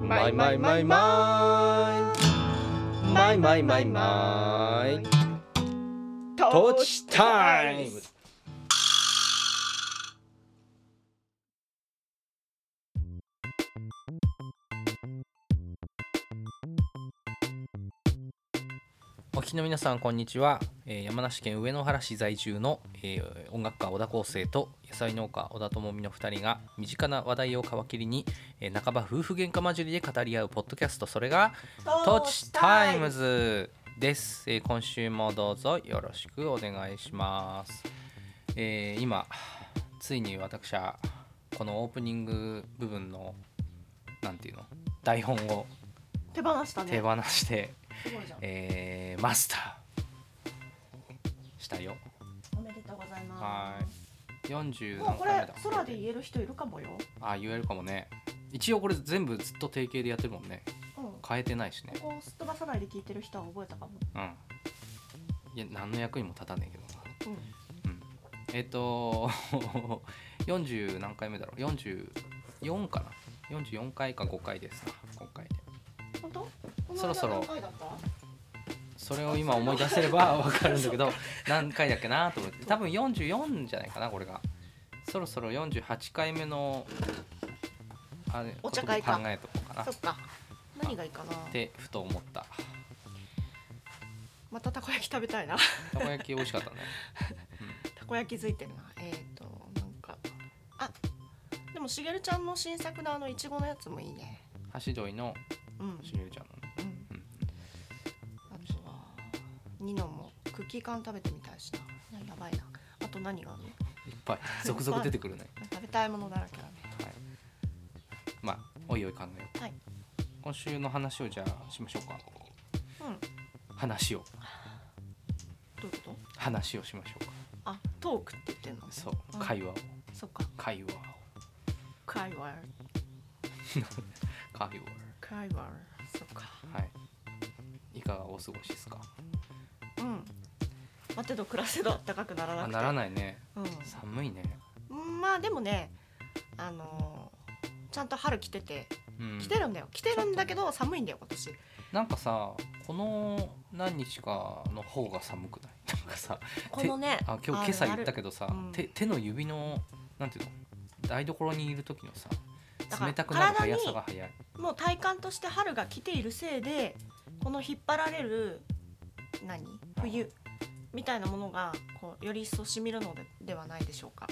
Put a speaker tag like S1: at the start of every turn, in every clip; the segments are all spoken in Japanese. S1: マイマイマイマイマイマイマイマイトーチタイム
S2: お聞きの皆さんこんにちは、えー山梨県上野原市在住の、えー音楽家小田康生と野菜農家小田智美の2人が身近な話題を皮切りに、えー半ば夫婦喧嘩交じりで語り合うポッドキャストそれが「トーチタイムズ」です、えー今週もどうぞよろしくお願いします、えー今ついに私はこのオープニング部分のなんていうの台本を
S3: 手放したね
S2: 手放して
S3: すごいじゃん
S2: えーマスターしたよ
S3: おめでとうございま
S2: はーい40
S3: すもう
S2: 何
S3: こ
S2: 回目
S3: れ
S2: だ
S3: 空で言える人いるかもよ
S2: あ言えるかもね一応これ全部ずっと定型でやってるもんね
S3: うんこ
S2: 変えてないしね
S3: こをすっ飛ばさないで聞いてる人は覚えたかも
S2: うんいや何の役にも立たねえけどな
S3: うん
S2: うんえっ、と 40何回目だろう44かな44回か5回ですな今回で
S3: 本当この間
S2: そろそろ
S3: 何回だった
S2: それを今思い出せ れば分かるんだけど何回だっけなと思って多分44じゃないかなこれがそろそろ48回目のあれ
S3: お茶会か
S2: ことも考えとこうかなっ
S3: そっか何がいいかな
S2: てふと思った
S3: またたこ焼き食べたいな
S2: たこ焼き美味しかったね
S3: たこ焼きづいてるなえっ、ー、となんかあでもしげるちゃんの新作のあのいちごのやつもいいね
S2: ハシドイの
S3: うん、うん、
S2: しげるちゃんのねうん
S3: あとはニノもクッキー缶食べてみたいしなやばいなあと何があるの
S2: いっぱい続々出てくるね、
S3: 食べたいものだらけだね
S2: はい、まあおいおい考えよう、
S3: はい
S2: 今週の話をじゃあしましょうか
S3: うん
S2: 話を
S3: どういうこと
S2: 話をしましょうか
S3: あトークって言ってんの
S2: そう
S3: うん
S2: 会話を
S3: そっか
S2: 会話を
S3: 会話
S2: 会話を
S3: 会話そっか
S2: はい。いかがお過ごしですか。
S3: うん待てど暮らせど あったかくならな
S2: あ、
S3: くて
S2: ならないね。
S3: う
S2: 寒いね。
S3: ん、まあでもねあのーちゃんと春来てて
S2: うん。
S3: 来てるんだよ、来てるんだけど寒いんだよ今年
S2: なんかさ、この何日かの方が寒くない。 なんかさ、
S3: このね
S2: あ、今日今朝言った
S3: ど
S2: けどさ、
S3: うん
S2: 手手の指のなんていうの、台所にいる時のさ
S3: だか、ら
S2: 冷たくなる速さが速い。
S3: もう体感として春が来ているせいでこの引っ張られる何冬みたいなものがこうより一層しみるのでではないでしょうか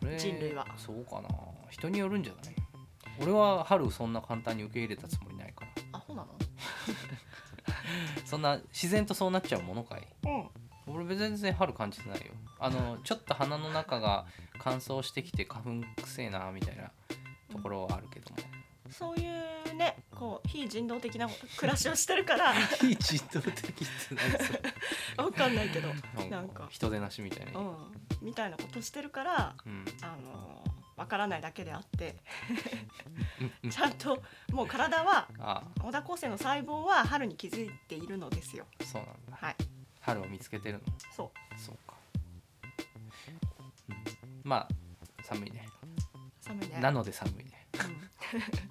S2: それ
S3: 人類は
S2: そうかな。人によるんじゃない。俺は春そんな簡単に受け入れたつもりないから。
S3: アホなの
S2: そんな自然とそうなっちゃうものかい。
S3: うん
S2: 俺別に全然春感じてないよあのちょっと鼻の中が乾燥してきて花粉くせえなみたいなところはあるけども
S3: そういうねこう非人道的な暮らしをしてるから
S2: 非人道的って何それ
S3: わかんないけど
S2: な
S3: なんん
S2: か
S3: か
S2: 人出なしみたいな、
S3: う
S2: うん
S3: んみたいなことしてるからあのわからないだけであって
S2: うん
S3: ちゃんともう体は
S2: あ
S3: 小田高生の細胞は春に気づいているのですよ
S2: そうなんだ
S3: はい
S2: 春を見つけてるの
S3: そう
S2: そうか、うんまあ寒いね
S3: 寒いね
S2: なので寒いね
S3: うん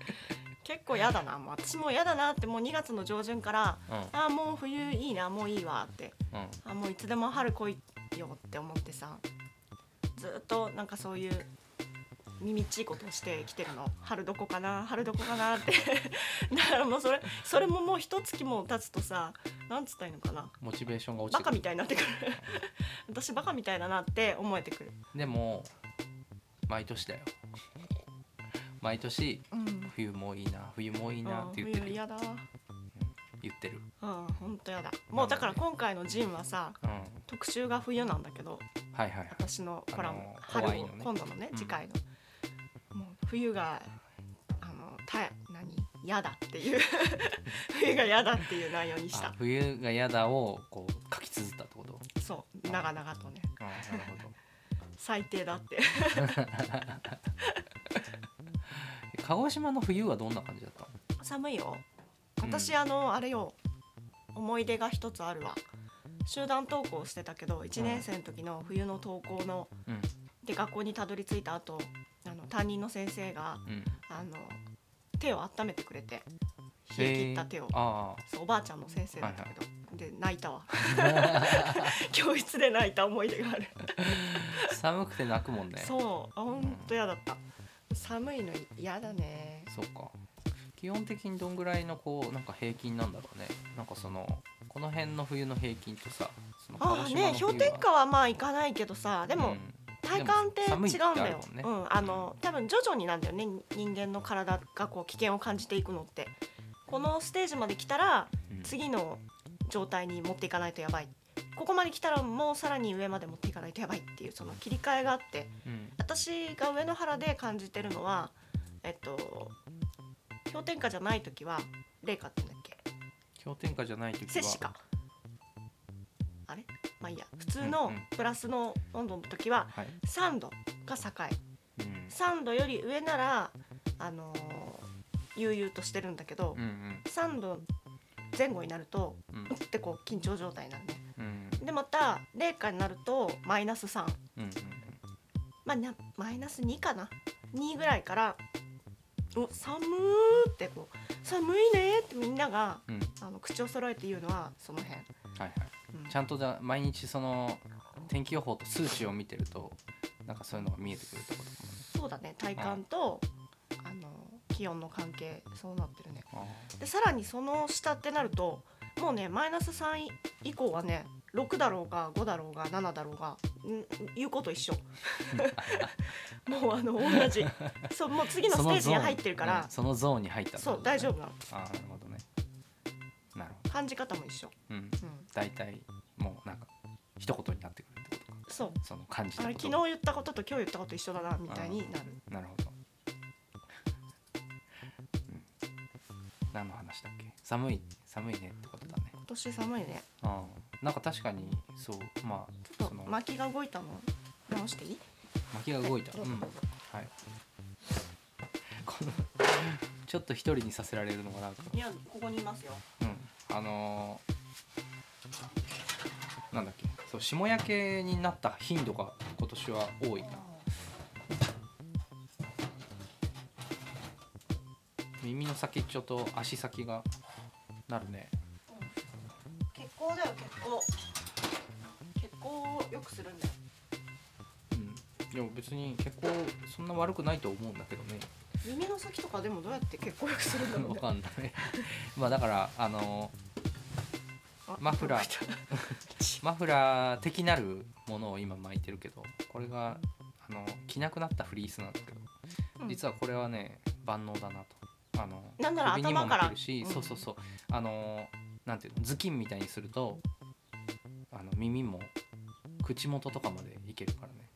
S3: 結構やだなもう私もうやだなってもう2月の上旬から
S2: うん
S3: ああもう冬いいなもういいわって
S2: うん
S3: あもういつでも春来いよって思ってさずっとなんかそういう耳っちいことをしてきてるの春どこかな春どこかなって だからもうそれそれももう一月も経つとさなんつったらいいのかな
S2: モチベーションが落ち
S3: バ
S2: て
S3: カ
S2: くる
S3: みたいになってくる 私バカみたいだなって思えてくる、
S2: でも毎年だよ毎年
S3: うん、
S2: 冬もいいな冬もいいなって言って
S3: うん
S2: る
S3: 冬嫌だ
S2: 言ってる
S3: うんほんとやだもうだから今回のジンはさ
S2: うんはい
S3: 特集が冬なんだけど
S2: はいはい
S3: 私のコラム、
S2: あの
S3: 春を
S2: 怖いのね
S3: 今度のね
S2: うん
S3: 次回の、もう冬があのた何嫌だって いう冬が嫌だっていう内容にし
S2: あ
S3: た
S2: 冬が嫌だをこう書き綴ったってこと
S3: そう長々とね
S2: あなるほど
S3: 最低だって
S2: 鹿児島の冬はどんな感じだったの
S3: 寒いよ
S2: うん
S3: 私、あのあれよ思い出が一つあるわ集団登校してたけど1年生の時の冬の登校の
S2: うん
S3: で学校にたどり着いた後あの担任の先生が
S2: うん
S3: あの手を温めてくれて冷え切った手を
S2: えーあ
S3: そうおばあちゃんの先生だったけど、で泣いた わ教室で泣いた思い出がある、
S2: あ寒くて泣くもんね
S3: そうほんと嫌だった寒いの嫌だね
S2: そうか基本的にどんぐらいのこうなんか平均なんだろうねなんかそのこの辺の冬の平均とさその
S3: ああね氷点下はまあ行かないけどさで
S2: で
S3: も、体感って違うん
S2: でも寒いってあ
S3: だ
S2: る
S3: よ
S2: もんね
S3: うん、あの多分徐々になんだよねに人間の体がこう危険を感じていくのってこのステージまで来たら次の状態に持っていかないとやばいここまで来たらもうさらに上まで持っていかないとやばいっていうその切り替えがあって
S2: うん
S3: 私が上野原で感じてるのはえっと氷点下じゃない時は冷夏って言うんだっけ
S2: 氷点下じゃない時は
S3: 摂氏かあれまあいいや普通の
S2: うんうん
S3: プラスの温度の時は
S2: はい、
S3: 3度が境
S2: うん
S3: 3度より上ならあのー悠々としてるんだけど、
S2: うんうん
S3: 3度前後になると
S2: うん
S3: うってこう緊張状態になるね
S2: うん
S3: でまた零下になるとマイナス3
S2: うんうん
S3: まあなマイナス2かな2ぐらいから「お寒ー」ってこう「寒いね」ってみんなが
S2: うんうん
S3: あの口を揃えて言うのはその辺、
S2: はいはい
S3: うん
S2: ちゃんとじゃあ毎日その天気予報と数値を見てるとなんかそういうのが見えてくるってこと
S3: そうだね体感と、あの気温の関係そうなってるね
S2: かもね
S3: でさらにその下ってなるともうねマイナス3以降はね6だろうが5だろうが7だろうがん言うこと 一緒もうあの同じそうもう次の
S2: そ
S3: ステージに
S2: ゾーン
S3: 入ってるから
S2: うんそのゾーンに入ったってこと
S3: そう
S2: だね
S3: 大丈夫なの
S2: あーなるほどねなるほ
S3: 感じ方も一緒、
S2: どうん
S3: うん、
S2: 大体もうなんか一言になってくるってことか
S3: そう
S2: その感じ
S3: あ
S2: た
S3: れ
S2: こ
S3: 昨日
S2: と
S3: 言ったことと今日言ったこと一緒だなみたいになる
S2: なるほど、うん、何の話だっけ寒い寒いねってことだね
S3: 今年寒いね
S2: うんなんか確かにそうま
S3: ち
S2: あ
S3: ょっ
S2: そ
S3: と
S2: の
S3: 薪が動いたの直していい
S2: 薪が動いたうんはいこのちょっと一人にさせられるのがなんか
S3: いやここにいますよ
S2: うん、あのーなんだっけそう霜焼けになった頻度が今年は多いな耳の先っちょと足先がなるね
S3: 結構だよ結構結構をよくするんだよ
S2: うんでも別に結構そんな悪くないと思うんだけどね
S3: 耳の先とかでもどうやって結構よくするんだろう
S2: わ
S3: ね
S2: かんないまあだからあの
S3: あ
S2: マフラー
S3: 動い
S2: ーマフラー的なるものを今巻いてるけどこれがあの着なくなったフリースなんだけど
S3: たうん
S2: 実はこれはね万能だなとあの
S3: なんなら
S2: 首にも
S3: 頭から
S2: 巻けるし、
S3: うん
S2: そうそうそうあのなんていうの頭巾みたいにするとあの耳も口元とかまでいけるからね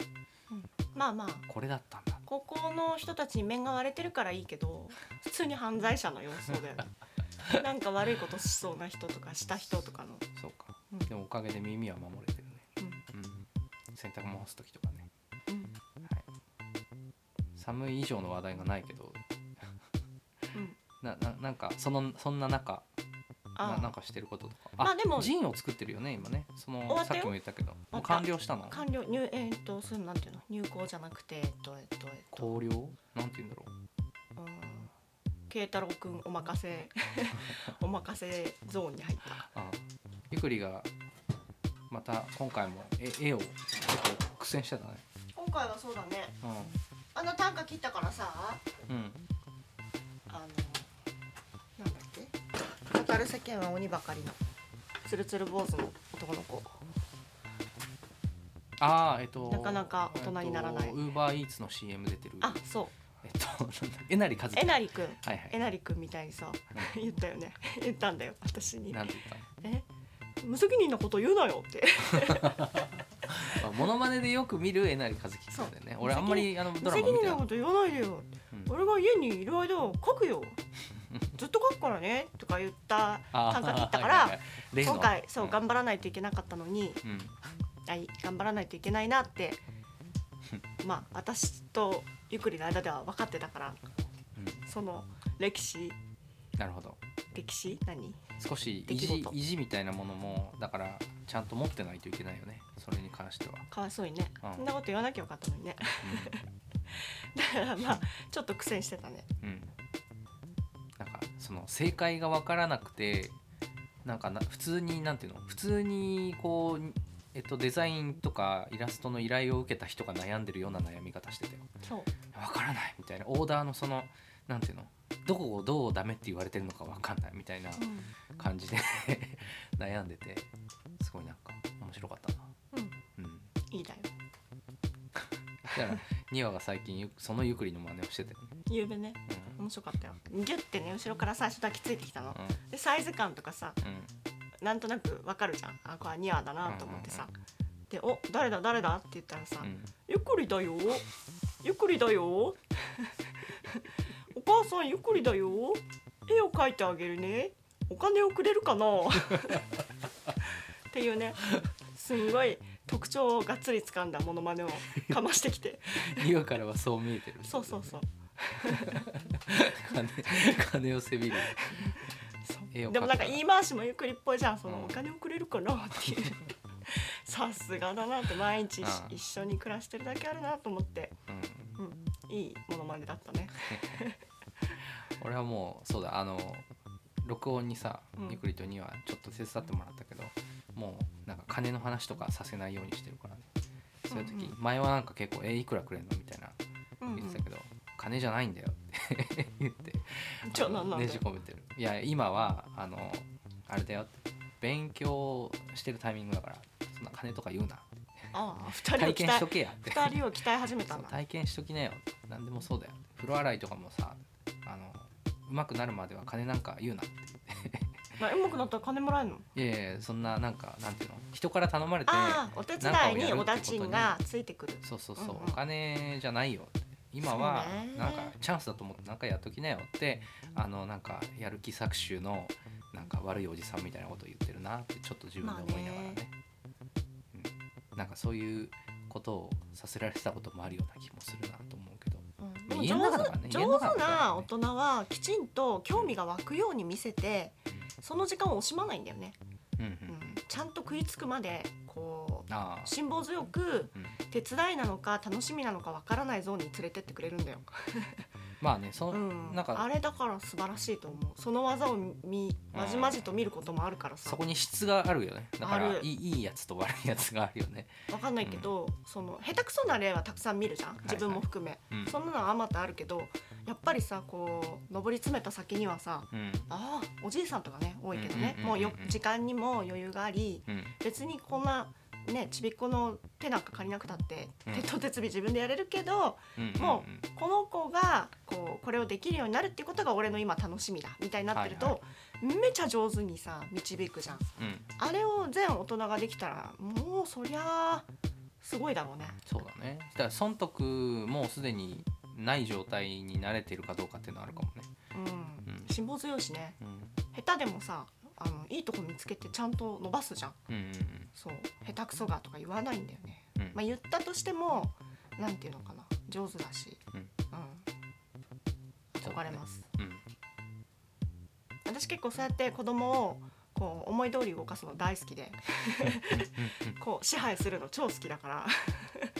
S3: まあまあ
S2: これだったんだ
S3: 高校の人たちに面が割れてるからいいけど普通に犯罪者の様相だ よねなんか悪いことしそうな人とかした人とかの、
S2: そうか
S3: うん
S2: でもおかげで耳は守れてるね、うん、洗濯物干す時とかね、
S3: うん
S2: はい、寒い以上の話題がないけど
S3: うんうん、
S2: なななんかそのそんな中なな
S3: あ
S2: んかしてることとか
S3: まあでも
S2: ジンを作ってるよね今ねそ
S3: 終わ
S2: の
S3: った
S2: さっ
S3: よ
S2: きも言ったけどもう
S3: 終わった
S2: 完了したの
S3: あ完了入えーっとそのなんていうの入校じゃなくてえっとえっとえっと
S2: 香料なんて言うんだろ
S3: うん慶太郎くんお任せお任せゾーンに入った
S2: うあゆくりがまた今回も絵絵を結構苦戦してたね
S3: 今回はそうだねあの短歌切ったからさ
S2: うんうん
S3: あのなんだっけ語る世間は鬼ばかりのつるつる坊主の男の子
S2: ああえっと
S3: なかなか大人にならない
S2: ウーバーイーツの CM 出てる
S3: あそう
S2: えっとなんだえなりかず
S3: えなりくん
S2: はいはい
S3: えなりくんみたいにさ言ったよね言ったんだよ私に
S2: なんて言っ
S3: 「え無責任なこと言うなよ」って
S2: たのモノマネでよく見るえなりかずきさんだよね俺あんまりあの
S3: 無
S2: ドラマ
S3: 責
S2: 見
S3: 任
S2: てな
S3: な
S2: か
S3: こ
S2: っ
S3: と言わないでよ
S2: たうん
S3: 俺が家にいる間は書く よずっと書くからねとか言った
S2: あ
S3: 短歌切ったか
S2: はいはい
S3: ら
S2: はい例の
S3: 今回そう
S2: 張
S3: 頑張らないといけなかったのに
S2: うん
S3: あい頑張らないといけないなって まあ私とゆっくりの間では分かってたから
S2: うん
S3: その歴史
S2: なるほど
S3: 歴史何
S2: 少し
S3: 出
S2: 意
S3: 来
S2: 地
S3: 事
S2: 意地みたいなものもだからちゃんと持ってないといけないよねそれに関しては、
S3: かわいそうにね、
S2: うん
S3: そんなこと言わなきゃよかった のにねだからまあちょっと苦戦してたね
S2: うんうんなんかその正解が分からなくてなんかな普通になんていうの普通にこう、えっと、デザインとかイラストの依頼を受けた人が悩んでるような悩み方してて
S3: そう
S2: 分からないみたいなオーダーのそのなんていうのどこをどうダメって言われてるのか分かんないみたいな感じで 悩んでてすごいなんか面白かったな。
S3: うん、
S2: うん
S3: うん、いいだよ
S2: だから2話が最近ゆそのゆくりの真似をしてて、
S3: ゆうべね
S2: うん
S3: 面白かったよギュッてね後ろから最初抱きついてきたの
S2: うん
S3: でサイズ感とかさ
S2: うん
S3: なんとなくわかるじゃんあこれはニアだなと思ってさ、で「お誰だ誰だ?」って言ったらさ「
S2: うん
S3: ゆっくりだよゆっくりだよ お母さんゆっくりだよ絵を描いてあげるねお金をくれるかな」 っていうねすんごい特徴をがっつり掴んだモノマネをかましてきて
S2: 2話からはそう見えてる
S3: そうそうそう
S2: 金金をせびる絵
S3: で
S2: を描く
S3: もなんか言い回しもゆっくりっぽいじゃんその、
S2: うん
S3: お金をくれるかなっていう さすがだなって毎日し
S2: うん
S3: 一緒に暮らしてるだけあるなと思って、
S2: うん、
S3: うん、いいモノマネだったね
S2: 俺はもうそうだあの録音にさ
S3: うん
S2: ゆくりとにはちょっと手伝ってもらったけど、もうなんか金の話とかさせないようにしてるからねそういう時、
S3: うんう
S2: 前はなんか結構「えいくらくれんの?」みたいな
S3: うん、う
S2: 言
S3: ん
S2: ってたけど、金じゃないんだよって言って
S3: ちょなんなんだ
S2: ね
S3: よ
S2: じ込めてるいや今はあのあれだよって勉強してるタイミングだからそんな金とか言うな
S3: ああ二人を
S2: 体
S3: 鍛
S2: 験しと
S3: え
S2: けやって
S3: 二人を鍛え始めたん
S2: そう
S3: だ
S2: 体験しときなよ何でもそうだよ風呂洗いとかもさあのうまくなるまでは金なんか言うなって
S3: なうまくなったら金もらえるの
S2: いやいやそんななんかなんていうの人から頼まれて
S3: ああお手伝いにお駄賃がついてくる
S2: そうそうそう、
S3: うんうん
S2: お金じゃないよって今は
S3: そうね
S2: なんかチャンスだと思ってなんかやっときなよってあのなんかやる気搾取のなんか悪いおじさんみたいなこと言ってるなってちょっと自分で思いながらね,、
S3: ま
S2: うん、なんかそういうことをさせられてたこともあるような気もするなと思うけど
S3: うんでも
S2: 家の中だからね
S3: 上手上手
S2: 家の中だから
S3: な
S2: ね
S3: 大人はきちんと興味が湧くように見せてその時間を惜しまないんだよね、
S2: うんうんう
S3: うん
S2: うん
S3: ん、ちゃんと食いつくまでこう
S2: ああ
S3: 辛抱強く
S2: うん
S3: 手伝いなのか楽しみなのかわからないゾーンに連れてってくれるんだよ、
S2: まあねその、
S3: うん、
S2: なんか
S3: あれだから素晴らしいと思うその技を見まじまじと見ることもあるからさ
S2: そこに質があるよねだから
S3: あ
S2: い
S3: る
S2: いいいやつと悪いやつがあるよね、
S3: わかんないけど、その下手くそな例はたくさん見るじゃん
S2: い
S3: 自分も含め、
S2: うん
S3: そんなのはあまたあるけどやっぱりさこう上り詰めた先にはさ
S2: うん
S3: ああおじいさんとかね多いけどね、
S2: うんうん
S3: も
S2: うん
S3: う
S2: うんうん
S3: よ時間にも余裕があり
S2: うん、
S3: 別にこんなねちびっこの手なんか借りなくたって、
S2: うん
S3: 手と手首自分でやれるけど
S2: うんうん
S3: も
S2: うん
S3: この子がこうこれをできるようになるっていうことが俺の今楽しみだみたいになってると、
S2: はい
S3: めちゃ上手にさ導くじゃん。
S2: うん、
S3: あれを全大人ができたらもうそりゃあすごいだろうね。
S2: そうだねだから損得もうすでにない状態に慣れてるかどうかっていうのはあるかもね、
S3: うん
S2: うん
S3: 辛抱強いしね
S2: うん、
S3: 下手でもさあのいいとこ見つけてちゃんと伸ばすじゃん
S2: うん
S3: そう下手くそがとか言わないんだよね、
S2: うんうん
S3: まあ、言ったとしてもなんていうのかな上手だし、
S2: うん
S3: 憧れます、
S2: うん
S3: 私結構そうやって子供をこう思い通り動かすの大好きで こう支配するの超好きだから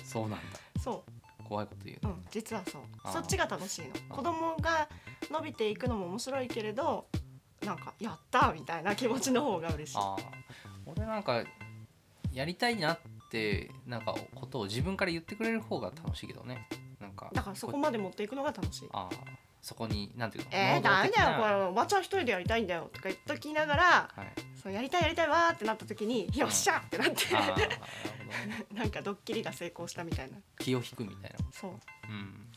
S2: そうなんだ
S3: そ
S2: 怖いこと言う
S3: う、う
S2: ね
S3: ん、実はそう
S2: あー
S3: そっちが楽しい
S2: あ
S3: の
S2: ー
S3: 子供が伸びていくのも面白いけれどなんかやったーみたいな気持ちの方が嬉しい
S2: ああ俺なんかやりたいなってなんかことを自分から言ってくれる方が楽しいけどねなんか
S3: だからそこまで持っていくのが楽しい。
S2: ああそこになんていうの
S3: えー、
S2: 能動
S3: ダメ
S2: 的
S3: だ
S2: な
S3: よこれおばちゃん一人でやりたいんだよとか言っときながら
S2: はい
S3: そうやりたいやりたいわーってなった時によっしゃってなっ
S2: ああな
S3: て
S2: るほどね
S3: なんかドッキリが成功したみたいな
S2: 気を引くみたいな
S3: そう
S2: うん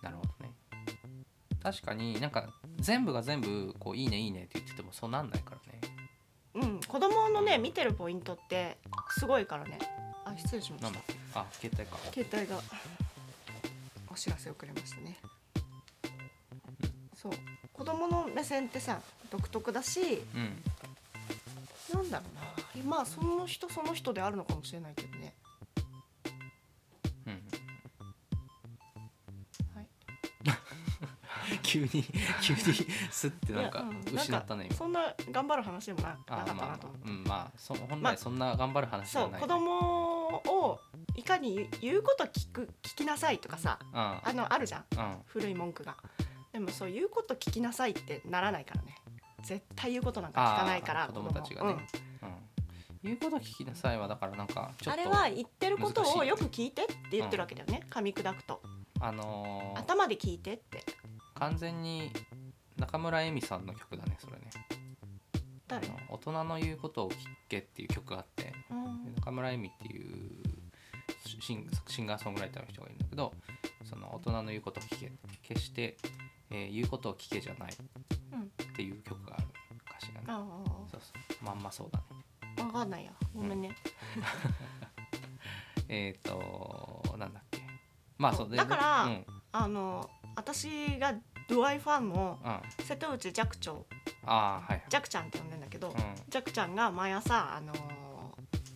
S2: なるほどね確かになんか全部が全部こういいねいいねって言っててもそうなんないからね
S3: うん子供のね見てるポイントってすごいからねあ失礼しま
S2: なん
S3: し
S2: だ
S3: た
S2: っけあ携帯か
S3: 携帯がお知らせをくれましたねそう子供の目線ってさ独特だし
S2: うん
S3: なんだろうなまあその人その人であるのかもしれないけどね
S2: うん
S3: はい
S2: 急に急にスッてなんか
S3: いやう
S2: 失った
S3: なん
S2: ね
S3: か
S2: 今
S3: そんな頑張る話でもななか
S2: あ
S3: った
S2: まあま
S3: な
S2: あ
S3: と思って、
S2: うんまあそ本
S3: まあ
S2: 来そんな頑張る話じ
S3: そ
S2: ゃ
S3: う
S2: ない
S3: 子供をいかに言う言うこと聞く聞きなさいとかさ
S2: うん
S3: あのあるじゃん
S2: うん
S3: 古い文句がでもそういうこと聞きなさいってならないからね絶対言うことなんか
S2: あー
S3: 聞かないから
S2: 子供たちがね、うん言うこと聞きなさいはだからなんかち
S3: うん
S2: ょっ
S3: あ
S2: と
S3: れは言ってること
S2: 難しい
S3: を
S2: ね
S3: よく聞いてって言ってるわけだよね、噛み砕くと
S2: あのー
S3: 頭で聞いてって
S2: 完全に中村恵美さんの曲だねそれね
S3: 誰
S2: あの大人の言うことを聞け」っていう曲があって
S3: うん
S2: 中村恵美っていうシンシンガーソングライターの人がいるんだけどその大人の言うことを聞け決して、えー言うことを聞けじゃない
S3: うん
S2: っていう曲がある歌詞がね
S3: あ
S2: そうそうまんまそうだね
S3: あ分かんないやごめんね、
S2: えっ、となんだっけまあそう
S3: そう
S2: で
S3: だから
S2: うんうん、
S3: あの私がドワイファンの
S2: あ
S3: 瀬戸内寂聴
S2: あーはい
S3: 寂ちゃんって呼んでんだけど、
S2: はい
S3: 寂ちゃんが毎朝あの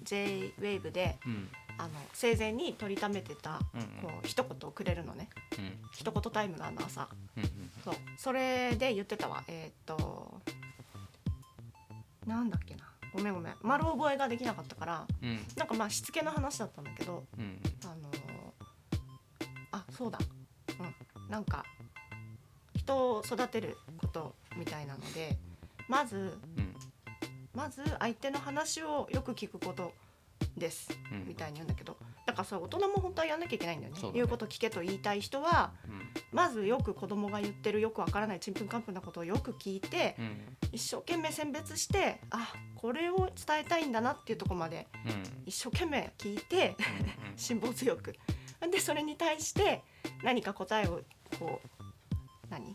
S3: JWAVE で
S2: うんうん
S3: あの生前に取りためてた
S2: うん
S3: こう一言をくれるのね
S2: うん
S3: 一言タイムがあるの朝
S2: うんうん
S3: そうそれで言ってたわえーっとなんだっけなごめんごめん丸覚えができなかったから
S2: うん
S3: なんかまあしつけの話だったんだけど
S2: うん
S3: あのあそうだうんなんか人を育てることみたいなのでまず
S2: うん
S3: まず相手の話をよく聞くことです
S2: うん
S3: みたいに言うんだけどだからそれ大人も本当はやんなきゃいけないんだよね
S2: そうだね
S3: 言うこと聞けと言いたい人は
S2: うん
S3: まずよく子供が言ってるよくわからないちんぷんかんぷんなことをよく聞いて
S2: うん
S3: 一生懸命選別してあこれを伝えたいんだなっていうところまで
S2: うんうん
S3: 一生懸命聞いて
S2: うん
S3: 辛抱強くでそれに対して何か答えをこう何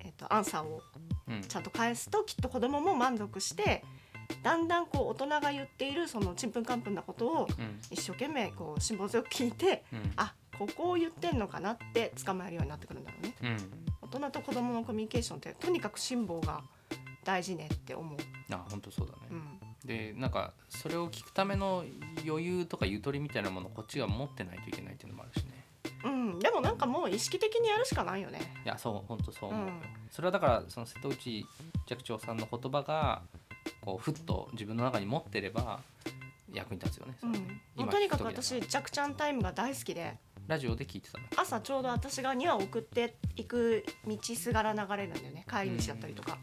S3: えっ、とアンサーを
S2: うん
S3: ちゃんと返すときっと子供も満足してだんだんこう大人が言っているそのちんぷんかんぷんなことを
S2: うん
S3: 一生懸命こう辛抱強く聞いて
S2: うん
S3: あここを言ってんのかなって捕まえるようになってくるんだろうね
S2: うん
S3: 大人と子供のコミュニケーションってとにかく辛抱が大事ねって思う、
S2: あ本当そうだね、
S3: うん、
S2: でなんかそれを聞くための余裕とかゆとりみたいなものをこっちが持ってないといけないっていうのもあるしね
S3: うん、でもなんかもう意識的にやるしかないよね
S2: いやそう本当そう思うよ、
S3: うん
S2: それはだからその瀬戸内寂聴さんの言葉がこうふっと自分の中に持ってれば役に立つよね,
S3: う
S2: そ
S3: ん
S2: れね、
S3: も
S2: 今
S3: うとにかく
S2: 一人だら
S3: 私ジャクちゃんタイムが大好きで
S2: ラジオで聞いてたの
S3: 朝ちょうど私が2話送っていく道すがら流れるんだよね帰り道だったりとか、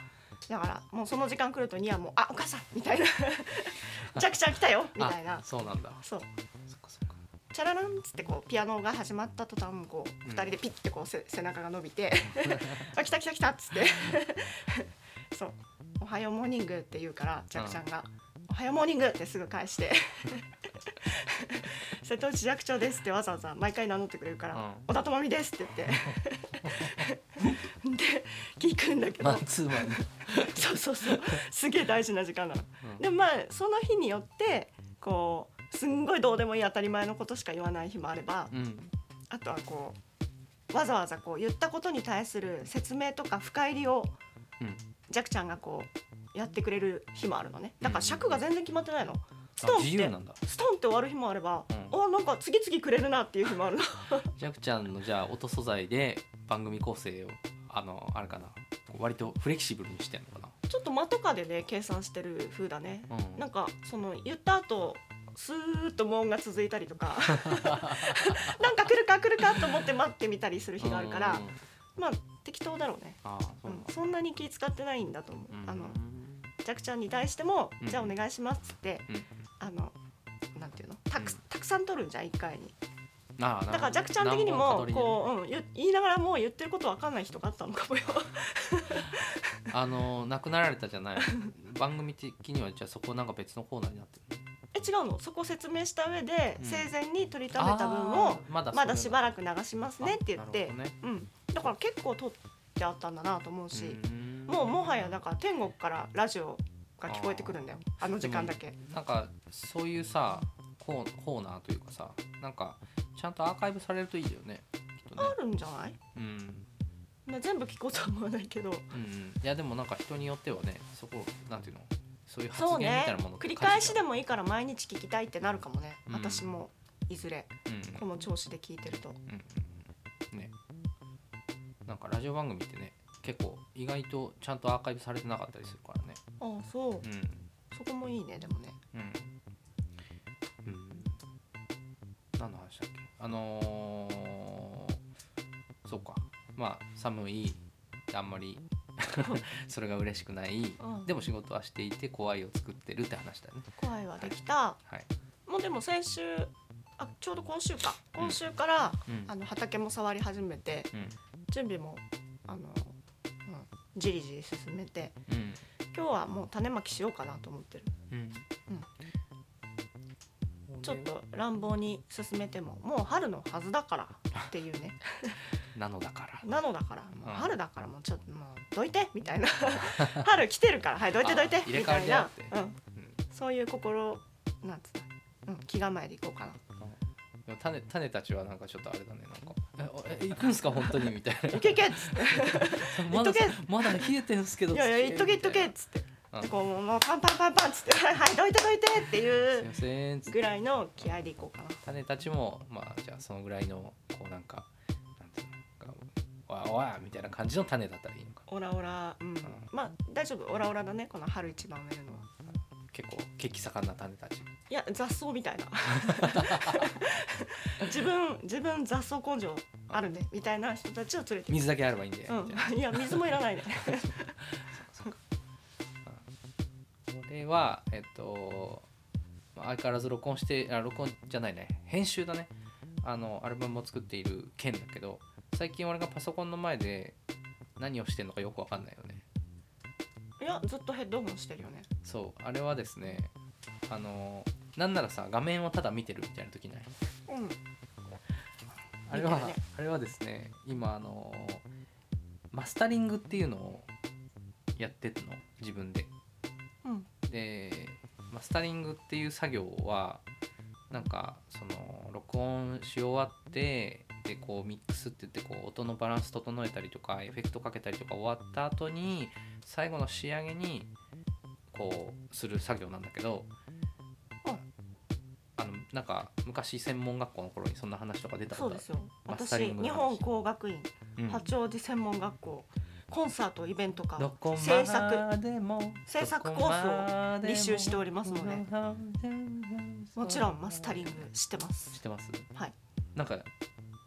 S3: だからもうその時間来ると2話もう「あお母さん」みたい な「ジャクちゃん来たよ」みたい
S2: あ
S3: な
S2: そうなんだ
S3: そう
S2: そっかそっか
S3: 「チャララン」っつってこうピアノが始まった途端こう
S2: うん
S3: 2人でピッてこうせ背中が伸び て「あ来た来た来た」っつって そう「おはようモーニング」って言うからジャクちゃんが「おはようモーニング」ってすぐ返して 「瀬戸内寂聴です」ってわざわざ毎回名乗ってくれるから
S2: うん
S3: 「小田智美です」って言って で聞くんだけど
S2: マンツーマンで
S3: そうそうそうすげえ大事な時間なの。
S2: うん
S3: でもまあその日によってこうすんごいどうでもいい当たり前のことしか言わない日もあれば
S2: うん
S3: あとはこうわざわざこう言ったことに対する説明とか深入りを
S2: うん
S3: ジャクちゃんがこうやってくれる日もあるのねだから尺が全然決まってないの。ス
S2: あ
S3: トンっ
S2: 自由
S3: て
S2: なんだ
S3: ストンって終わる日もあれば、
S2: うん
S3: あなんか次々くれるなっていう日もあるの
S2: ジャクちゃんのじゃあ音素材で番組構成をあのあれかな割とフレキシブルにしてんのか
S3: ちょっと間とかでね計算してる風だね
S2: な、うん、
S3: なんかその言った後スーッと無音が続いたりと かなんか来るか来るかと思って待ってみたりする日があるから
S2: うん
S3: まあ適当だろうね、
S2: ああそううなんん、だ
S3: そんなに気使ってないんだと思う、
S2: うん
S3: あのジャクちゃんに対しても「
S2: うん
S3: じゃあお願いします」っつって、
S2: うん
S3: あのなんていうのたく,、
S2: うん
S3: たくさん取るんじゃん一回に
S2: ああなるほど
S3: だからジャクちゃん的に
S2: 何本
S3: も
S2: か取り入れ
S3: こう、うん、言言いながらもう言ってることわかんない人があったのかもよ
S2: るあの亡くなられたじゃない 番組的にはじゃあそこなんか別のコーナーになってる
S3: え違うのそこ説明した上で、
S2: うん
S3: 生前に取りためた分を
S2: あーまだ
S3: まだしば
S2: ら
S3: らく流しますねって言って、
S2: ね、
S3: うん、だから結構撮ってあったんだなと思うし、
S2: うん
S3: もうもはやだから天国からラジオが聞こえてくるんだよあの時間だけ
S2: なんかそういうさコーコーナーというかさなんかちゃんとアーカイブされるといいよねきっとね
S3: あるんじゃない
S2: うん
S3: まあ全部聞こうとは思わないけど
S2: うんうんいやでもなんか人によってはねそこなんていうのそういう発
S3: そう
S2: 言みた
S3: ね
S2: いなもの
S3: 繰り返しで
S2: も、
S3: もいいから毎日聞きたいってなるかもね、
S2: うん
S3: 私もいずれ
S2: うん
S3: この調子で聞いてると
S2: うんうんねなんかラジオ番組ってね結構意外とちゃんとアーカイブされてなかったりするからね
S3: ああそう
S2: う
S3: そこもいいねでもね
S2: んうんうん何の話だっけあのーそうかまあ寒いあんまり それが嬉しくない、
S3: うん
S2: でも仕事はしていて怖いを作ってるって話だよね
S3: 怖いはできた
S2: はい、
S3: もうでも先週あちょうど今週か
S2: うん
S3: 今週から、
S2: うん
S3: あの畑も触り始めて
S2: うん
S3: 準備もあの、うん、じりじり進めて
S2: うん
S3: 今日はもう種まきしようかなと思ってる
S2: うん
S3: ちょっと乱暴に進めてももう春のはずだからっていう ね
S2: なのだから
S3: なのだからもう
S2: うん
S3: 春だからもうちょっともうどいてみたいな 春来てるからはいどいてどいて
S2: あ入れ
S3: み
S2: 替わ
S3: た
S2: り
S3: い
S2: だよ
S3: な
S2: って、
S3: うん、
S2: うん
S3: そういう心なんつうの、うん、気構えでいこ うかな
S2: でも種種たちはなんかちょっとあれだねなんかえおえ行くんすか本当にみたいな
S3: いけいけっつって
S2: ま
S3: 行
S2: だ
S3: っとけ
S2: まだ冷えてるんすけど
S3: いやいやいっとけいっとけっ
S2: み
S3: つって
S2: たいな
S3: で
S2: うん
S3: こうもうパンパンパンパンっつって はいはいどいてどいてってい
S2: すいうませんっつって
S3: ぐらいの気合でいこうかな
S2: 種たちもまあじゃあそのぐらいのこうなんかなんていうのなんかわあわあみたいな感じの種だったらいいのか
S3: オラオラうんまあ大丈夫オラオラだねこの春一番植えるのは
S2: 結構血気盛んな種たち
S3: いや雑草みたいな 自分自分雑草根性あるねみたいな人たちを連れて
S2: 水だけあればいいんで、みたいな
S3: うんいや水もいらないね
S2: これはえっとまあ相変わらず録音してあ録音じゃないね編集だねあのアルバムを作っている件だけど最近俺がパソコンの前で何をしてるのかよくわかんないよね
S3: いやずっとヘッドホンしてるよね
S2: そうあれはですねあのなんならさ画面をただ見てるみたいな時ない
S3: うん見て
S2: あれは、
S3: るね
S2: あれはですね今あのマスタリングっていうのをやってるの自分で
S3: うん
S2: でマスタリングっていう作業はなんかその録音し終わってでこうミックスって言ってこう音のバランス整えたりとかエフェクトかけたりとか終わった後に最後の仕上げにこうする作業なんだけど、
S3: うん
S2: あのなんか昔専門学校の頃にそんな話とか出た
S3: そう
S2: ことあ
S3: で
S2: る
S3: すよ
S2: マス
S3: 私
S2: タリングの
S3: 日
S2: 話
S3: 本工学院
S2: うん
S3: 八王子専門学校コンサートイベントか
S2: どこ
S3: 制作
S2: までも
S3: 制作コースを履修しておりますのでもちろんマスタリングしてます
S2: してます
S3: はい
S2: なんか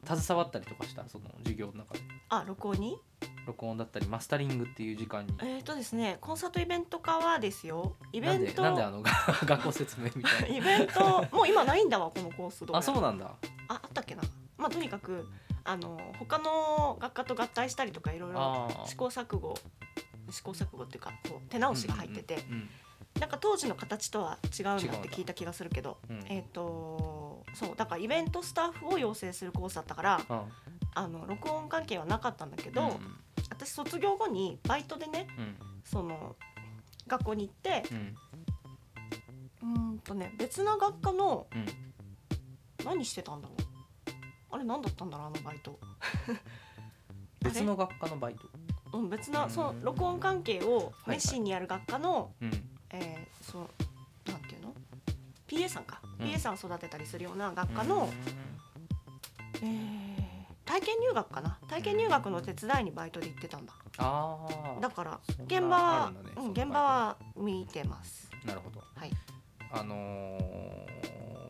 S2: 携わったりとかしたその授業の中で
S3: あ録音に
S2: 録音だったりマスタリングっていう時間に
S3: えっ、ー、とですねコンサートイベント化はですよイ
S2: な
S3: ベ
S2: ん
S3: ン
S2: で
S3: ト
S2: なんであのが 学校説明みた い
S3: イベントもう今ないんだわこのコースどう
S2: な
S3: や
S2: あ
S3: ら
S2: そうなんだ
S3: ああったっけなまあとにかくあの他の学科と合体したりとかいろいろ
S2: あー
S3: 試行錯誤試行錯誤っていうかこう手直しが入ってて、
S2: うん
S3: なんか当時の形とは違うんだって
S2: 違うんだ
S3: 聞いた気がするけど
S2: うんうん
S3: えっ、とそうだからイベントスタッフを養成するコースだったから
S2: あ
S3: あの録音関係はなかったんだけど、
S2: うん
S3: 私卒業後にバイトでね
S2: うん
S3: その学校に行って
S2: うん
S3: うーんとね別な学科の
S2: うん
S3: 何してたんだろうあれ何だったんだろうあのバイト
S2: 別の学科のバイト
S3: あれうん別なそう
S2: ーん
S3: の録音関係を
S2: はいはい
S3: 熱心にやる学科の、
S2: うん
S3: えーそのなんていうの PA さんか、
S2: うん
S3: PA さんを育てたりするような学科の、えー体験入学かな体験入学の手伝いにバイトで行ってたんだ
S2: ああ
S3: だから
S2: そんな
S3: 現場
S2: あ
S3: は、
S2: るんだね
S3: う
S2: そ
S3: ん
S2: ん
S3: 現
S2: な
S3: 場は見てます
S2: なるほど
S3: はい
S2: あのー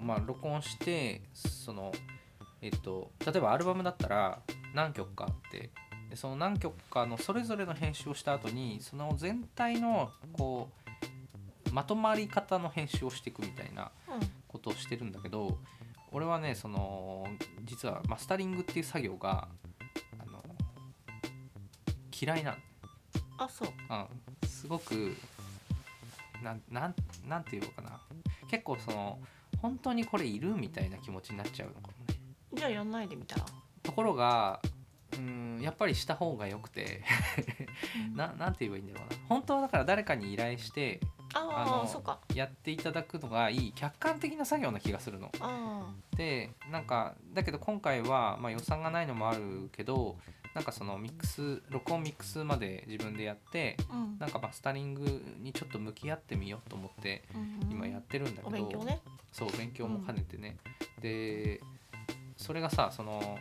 S2: まあ録音してそのえっと例えばアルバムだったら何曲かあってでその何曲かのそれぞれの編集をした後にその全体のこうまとまり方の編集をしていくみたいな
S3: う
S2: ことをしてるんだけど俺はねその実はマスタリングっていう作業があの嫌いなの
S3: んあそう
S2: うんすごくなんなんなんていうのかな結構その本当にこれいるみたいな気持ちになっちゃうのかもね
S3: じゃあやんないでみたら
S2: ところがうんやっぱりした方がよくて ななんて言えばいいんだろうな本当はだから誰かに依頼して
S3: あ
S2: あの
S3: あそうか
S2: やっていただくのがいい客観的な作業な気がするの。
S3: あ
S2: でなんかだけど今回は、まあ、予算がないのもあるけどなんかそのミックス録音ミックスまで自分でやって
S3: あうん
S2: なんかマスタリングにちょっと向き合ってみようと思って
S3: うん
S2: 今やってるんだけど、
S3: お勉強ね
S2: そう勉強も兼ねてね、でそれがさその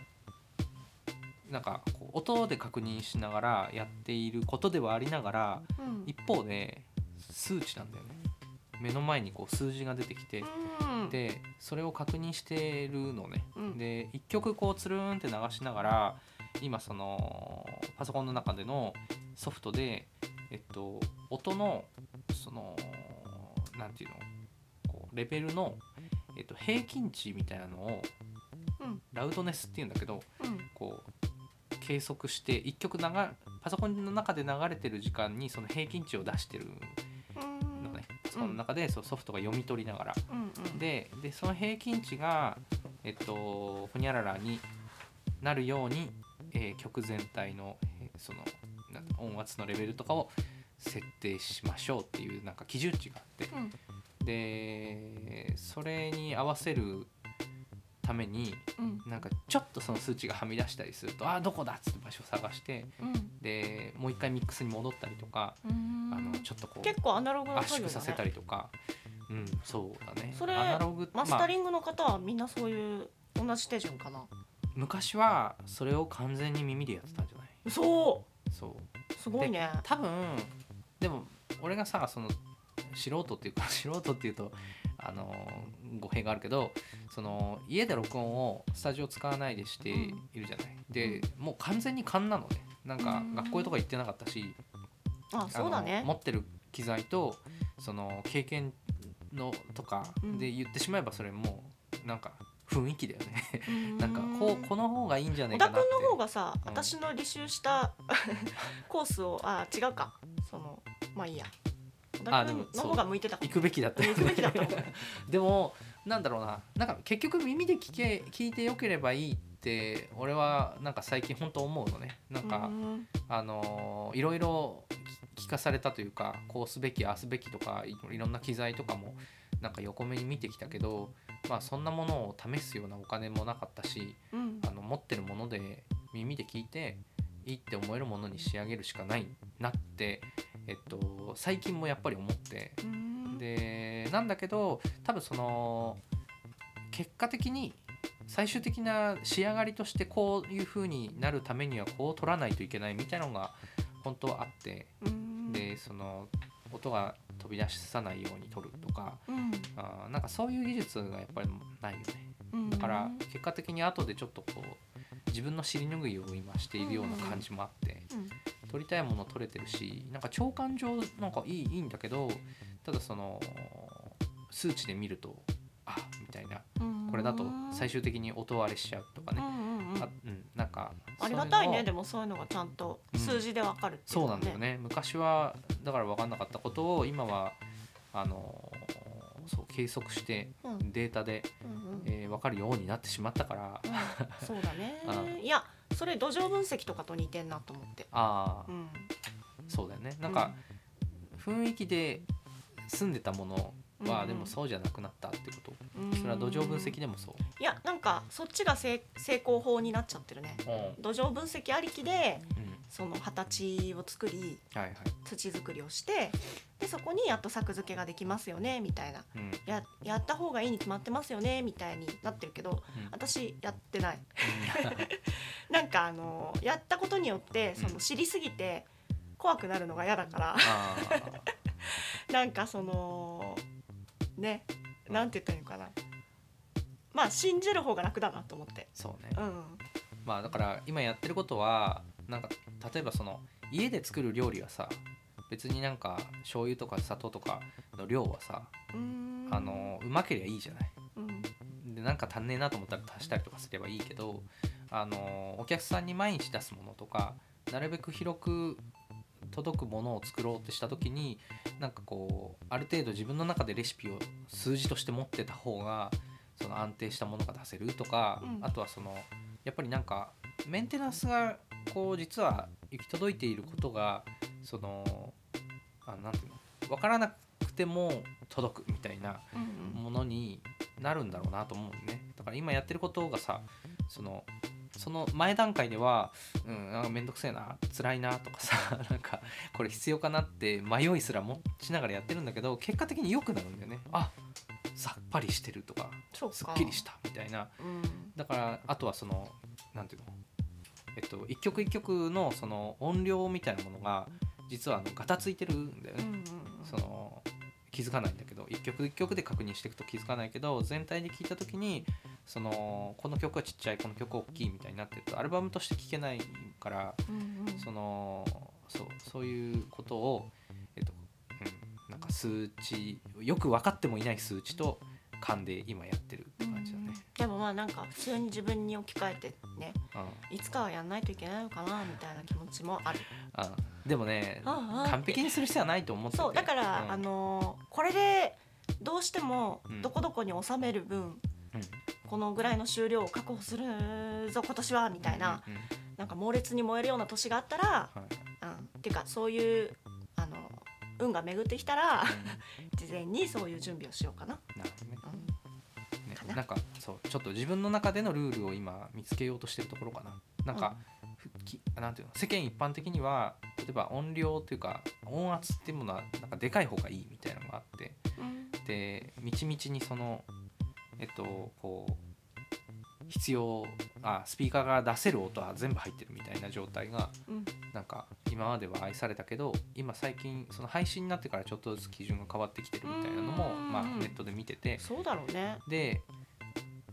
S2: なんかこう音で確認しながらやっていることではありながら
S3: うん
S2: 一方で数値なんだよね目の前にこう数字が出てきて、
S3: うん
S2: でそれを確認してるのね、
S3: うん
S2: で一曲こうつるんって流しながら今そのパソコンの中でのソフトで、えっと、音のそのなんていうのこうレベルの、えっと、平均値みたいなのを、
S3: うん
S2: ラウドネスっていうんだけど
S3: うん
S2: こう計測して一曲流パソコンの中で流れてる時間にその平均値を出してる
S3: うん
S2: のね、その中でそのソフトが読み取りながら。
S3: うんうん
S2: ででその平均値がえっとほにゃららになるように、えー曲全体のえーそのなんて音圧のレベルとかを設定しましょうっていうなんか基準値があって
S3: うん
S2: でそれに合わせるために
S3: うん
S2: なんかちょっとその数値がはみ出したりするとあーどこだっつって場所を探して
S3: うん
S2: でもう一回ミックスに戻ったりとか
S3: うん
S2: あのちょっとこう
S3: 結構アナログな
S2: 圧
S3: 作業
S2: 縮
S3: だ
S2: させた
S3: ね
S2: りとか、うんそうだね
S3: それ
S2: アナログ
S3: マス
S2: ま
S3: タ
S2: あ
S3: リングの方はみんなそういう同じ手順かな
S2: 昔はそれを完全に耳でやってたんじゃない
S3: そ
S2: そう
S3: うすごいね
S2: 多分でも俺がさその素人っていうか 素人っていうとあの語弊があるけどその家で録音をスタジオ使わないでしているじゃない、でもう完全に勘なのねなんか
S3: うん
S2: 学校とか行ってなかったし、
S3: あそうだ
S2: あの
S3: ね
S2: 持ってる機材とその経験のとかで言ってしまえばそれもうなんか雰囲気だよね なんかこうこの方がいいんじゃな
S3: 小
S2: い
S3: 田
S2: かな
S3: 君
S2: って
S3: の方がさ、
S2: うん
S3: 私の履修した コースをあ違うかそのまあいいや小田
S2: あでも
S3: 君の方が向いてたかも
S2: 行くべきだったよね
S3: 行くべきだったもん
S2: でもなんだろうななんか結局耳で聞け聞いてよければいいって俺はなんか最近本当思うのねなんか、
S3: うん
S2: あのーいろいろ聞聞かされたというかこうすべきああすべきとかいいろんな機材とかもなんか横目に見てきたけどまあそんなものを試すようなお金もなかったし
S3: うん
S2: あの持ってるもので耳で聞いていいって思えるものに仕上げるしかないなって、えっと、最近もやっぱり思って
S3: うん
S2: でなんだけど多分その結果的に最終的な仕上がりとしてこういう風になるためにはこう取らないといけないみたいなのが本当はあって
S3: うん
S2: でその音が飛び出さないように取るとか
S3: うん
S2: あーなんかそういう技術がやっぱりないよね
S3: うん
S2: だから結果的に後でちょっとこう自分の尻拭いを今しているような感じもあって
S3: うん
S2: 撮りたいもの撮れてるしなんか長官上なんかいいいいんだけどただその数値で見るとあみたいな
S3: うん
S2: これだと最終的に音割れしちゃうとか
S3: う
S2: ね、
S3: んうんうん
S2: あうん、なんか
S3: ありがたい
S2: そうう
S3: ね
S2: の
S3: でもそういうのがちゃんと
S2: うん
S3: 数字でわかるってい
S2: そう
S3: の
S2: な
S3: は
S2: んだよね昔はだから分かんなかったことを今はあのそう計測して
S3: うん
S2: データで、
S3: うんうん
S2: え分かるようになってしまったから
S3: うんそうだ
S2: あ
S3: ねいやそれ土壌分析とかと似てんなと思って
S2: あ
S3: う
S2: あ
S3: ん
S2: そうだよねなんか雰囲気で住んでたもの
S3: う
S2: は
S3: ん
S2: でもそうじゃなくなったってこと
S3: うん
S2: それは土壌分析でもそう
S3: いやなんかそっちが成成功法になっちゃってるね
S2: うん、
S3: 土壌分析ありきで
S2: うん、
S3: その形を作り
S2: はいはい、
S3: 土作りをしてでそこにやっと作付けができますよねみたいな
S2: うん、
S3: ややった方がいいに決まってますよねみたいになってるけど私やってないなんかあのやったことによってその知りすぎて怖くなるのが嫌だから
S2: あー
S3: なんかそのねなんて言ったらいいのかなまあ信じる方が楽だなと思って
S2: そうね
S3: うん
S2: まあだから今やってることはなんか例えばその家で作る料理はさ別になんか醤油とか砂糖とかの量はさ、
S3: うん
S2: あのうまけりゃいいじゃない
S3: うん
S2: でなんか足んねえなと思ったら足したりとかすればいいけどあのお客さんに毎日出すものとかなるべく広く届くものを作ろうってした時になんかこうある程度自分の中でレシピを数字として持ってた方がその安定したものが出せるとか、
S3: うん
S2: あとはそのやっぱりなんかメンテナンスがこう実は行き届いていることがそのあなんていうの分からなくても届くみたいな
S3: うん
S2: ものになるんだろうなと思うねだから今やってることがさそのその前段階では、うん、なんかめんどくせえな辛いなとかさ なんかこれ必要かなって迷いすら持ちながらやってるんだけど結果的に良くなるんだよねあさっぱりしてるとか
S3: そうか
S2: すっきりしたみたいな
S3: うん
S2: だからあとはそのなんていうのえっと一曲一曲のその音量みたいなものが実はあのガタついてるんだよ
S3: う
S2: ね、
S3: んうん
S2: その気づかないんだけど一曲一曲で確認していくと気づかないけど全体で聴いた時にそのこの曲はちっちゃいこの曲は大きいみたいになってるとアルバムとして聴けないから
S3: うんうん
S2: そのそうそういうことを、えっとうん、なんか数値よく分かってもいない数値と勘で今やってるって感じだね。
S3: でもまあなんか普通に自分に置き換えてね
S2: うん
S3: いつかはやんないといけないのかなみたいな気持ちもある
S2: あでもね
S3: ああ
S2: 完璧にする必要はないと思ってて
S3: そうだから、
S2: うん
S3: あのーこれでどうしても
S2: うん
S3: どこどこに収める分、
S2: うん
S3: このぐらいの収量を確保するぞ今年はみたいな、
S2: うんうんうん
S3: なんか猛烈に燃えるような年があったら、
S2: はい
S3: うん、っていうかそういうあの運が巡ってきた ら事前にそういう準備をしようかな。
S2: なるほどね
S3: うん
S2: ね
S3: かな
S2: なんかそうちょっと自分の中でのルールを今見つけようとしてるところかななんか、ふきなんていうの世間一般的には例えば音量というか音圧っていうものはなんかでかい方がいいみたいなのがあって
S3: うん
S2: でみちみちにそのえっとこう必要あスピーカーが出せる音は全部入ってるみたいな状態が
S3: うん
S2: なんか今までは愛されたけど今最近その配信になってからちょっとずつ基準が変わってきてるみたいなのも、
S3: うん
S2: まあ、ネットで見てて
S3: そうだろうね。
S2: で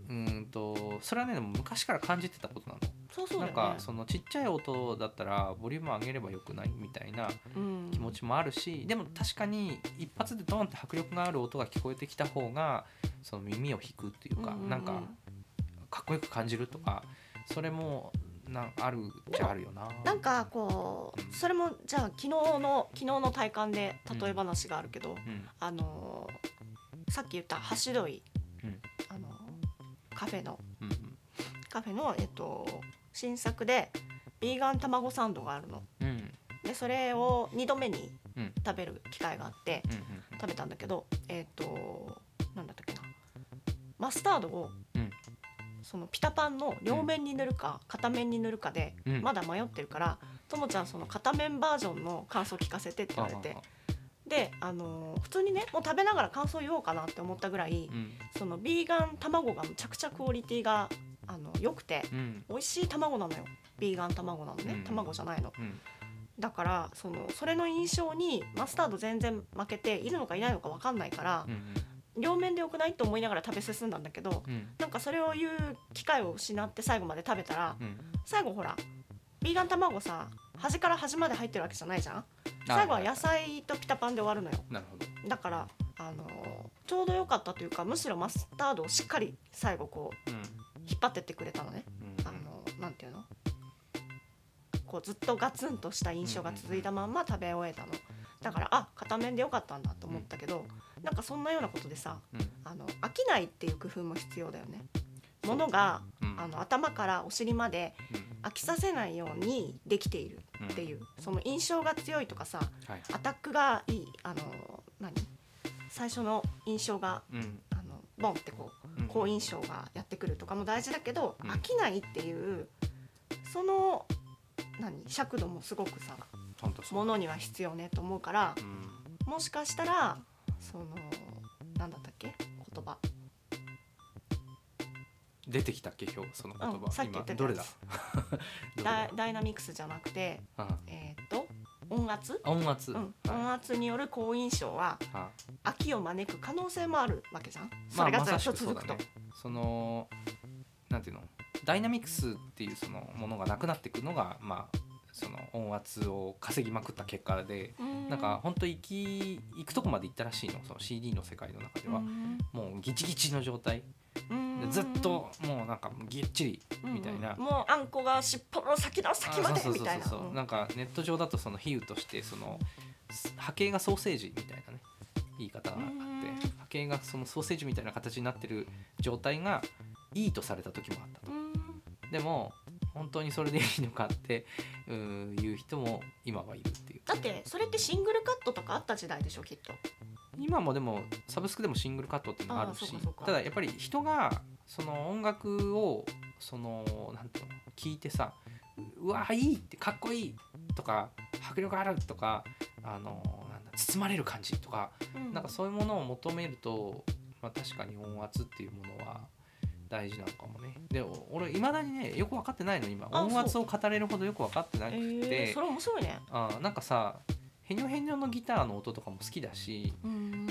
S2: うーんとそれはねでも昔から感じてたことなの、
S3: そうそうだ
S2: なん
S3: よね。
S2: かそのちっちゃい音だったらボリューム上げればよくないみたいな
S3: うん
S2: 気持ちもあるしでも確かに一発でドーンって迫力がある音が聞こえてきた方がその耳を引くっていうか、
S3: うんうんうん
S2: なんかかっこよく感じるとかそれもなんあるっちゃあるよな。
S3: なんかこ
S2: うん
S3: うそれもじゃあ昨日の昨日の体感で例え話があるけど、
S2: うん
S3: あのーさっき言ったハシドイ、
S2: うん
S3: あのーカフェの
S2: うんうん
S3: カフェの、えっと、新作でビーガン卵サンドがあるの
S2: うんうん
S3: でそれを2度目に
S2: うん
S3: 食べる機会があって
S2: うん
S3: 食べたんだけどえっとなんだったっけなマスタードを、
S2: うん
S3: そのピタパンの両面に塗るか片面に塗るかで
S2: うんうん
S3: まだ迷ってるからともちゃんその片面バージョンの感想聞かせてって言われてで、あのー普通にねもう食べながら感想言おうかなって思ったぐらい
S2: あうん
S3: そのビーガン卵がむちゃくちゃクオリティがあの良くて
S2: うん
S3: 美味しい卵なのよビーガン卵なのね、
S2: うん
S3: 卵じゃないの
S2: うん
S3: だからそのそれの印象にマスタード全然負けているのかいないのか分かんないから
S2: うん
S3: 両面でよくないと思いながら食べ進んだんだけど
S2: うん
S3: なんかそれを言う機会を失って最後まで食べたら
S2: うん
S3: 最後ほらビーガン卵さ端から端まで入ってるわけじゃないじゃん最後は野菜とピタパンで終わるのよ
S2: なるほど
S3: だからあのちょうど良かったというかむしろマスタードをしっかり最後こう
S2: うん
S3: 引っ張ってってくれたのね
S2: うん
S3: あのなんていうのこうずっとガツンとした印象が続いたまんま食べ終えたのだからあ片面で良かったんだと思ったけどなんかそんなようなことでさ
S2: うん
S3: あの飽きないっていう工夫も必要だよねものが
S2: うん
S3: あの頭からお尻まで
S2: うん
S3: 飽きさせないようにできている
S2: うん
S3: っていうその印象が強いとかさ
S2: はい
S3: アタックがいいあの何最初の印象が
S2: うん
S3: あのボンってこう
S2: うん
S3: 好印象がやってくるとかも大事だけど、
S2: うん
S3: 飽きないっていうその何尺度もすごくさ
S2: ほんとそう
S3: ものには必要ねと思うから
S2: うん
S3: もしかしたらその何だったっけ言葉
S2: 出てきたっけ今日その言
S3: うん
S2: 葉
S3: さっき言
S2: 今
S3: ってた
S2: どれだど
S3: ダ
S2: れだ
S3: イダイナミクスじゃなくて
S2: あ
S3: えーっと音圧、
S2: 音圧
S3: うん、
S2: はい
S3: 音圧による好印象は
S2: あ
S3: 飽きを招く可能性もあるわけじゃんそ
S2: まあ
S3: れが
S2: ま
S3: ずっ
S2: さ
S3: と
S2: しくそ
S3: 続
S2: うだ
S3: くと
S2: ね。そのなんていうのダイナミクスっていうそのものがなくなっていくのがまあその音圧を稼ぎまくった結果で
S3: うん
S2: なんか本当行き行くとこまで行ったらしいのその CD の世界の中ではもうギチギチの状態
S3: うん
S2: ずっともうなんかぎっちりみたい
S3: う
S2: な
S3: んうんもうあんこが尻尾の先の先ま
S2: あ
S3: で
S2: そう
S3: み
S2: そうそう
S3: たいな
S2: そうそうなんかネット上だとその比喩としてそのす波形がソーセージみたいなね言い方があっ
S3: うん
S2: て波形がそのソーセージみたいな形になってる状態がいいとされた時もあったと
S3: うん
S2: でも本当にそれでいいのかってうーいう人も今はいるっていう
S3: だってそれってシングルカットとかあった時代でしょきっと
S2: 今もでもサブスクでもシングルカットっていうのがある
S3: あー
S2: し
S3: そうかそうか
S2: ただやっぱり人がその音楽をそのなんていうの聞いてさ「ううわーいい!」ってかっこいいとか迫力あるとかあのなんだ包まれる感じとかなんかそういうものを求めると、まあ、確かに音圧っていうものは大事なのかもねでお俺いまだにねよく分かってないの今
S3: あ
S2: 音圧を語れるほどよく分かってな
S3: う
S2: く
S3: ん
S2: て、
S3: えーそれ面白いね
S2: あーなんかさへにょへにょのギターの音とかも好きだし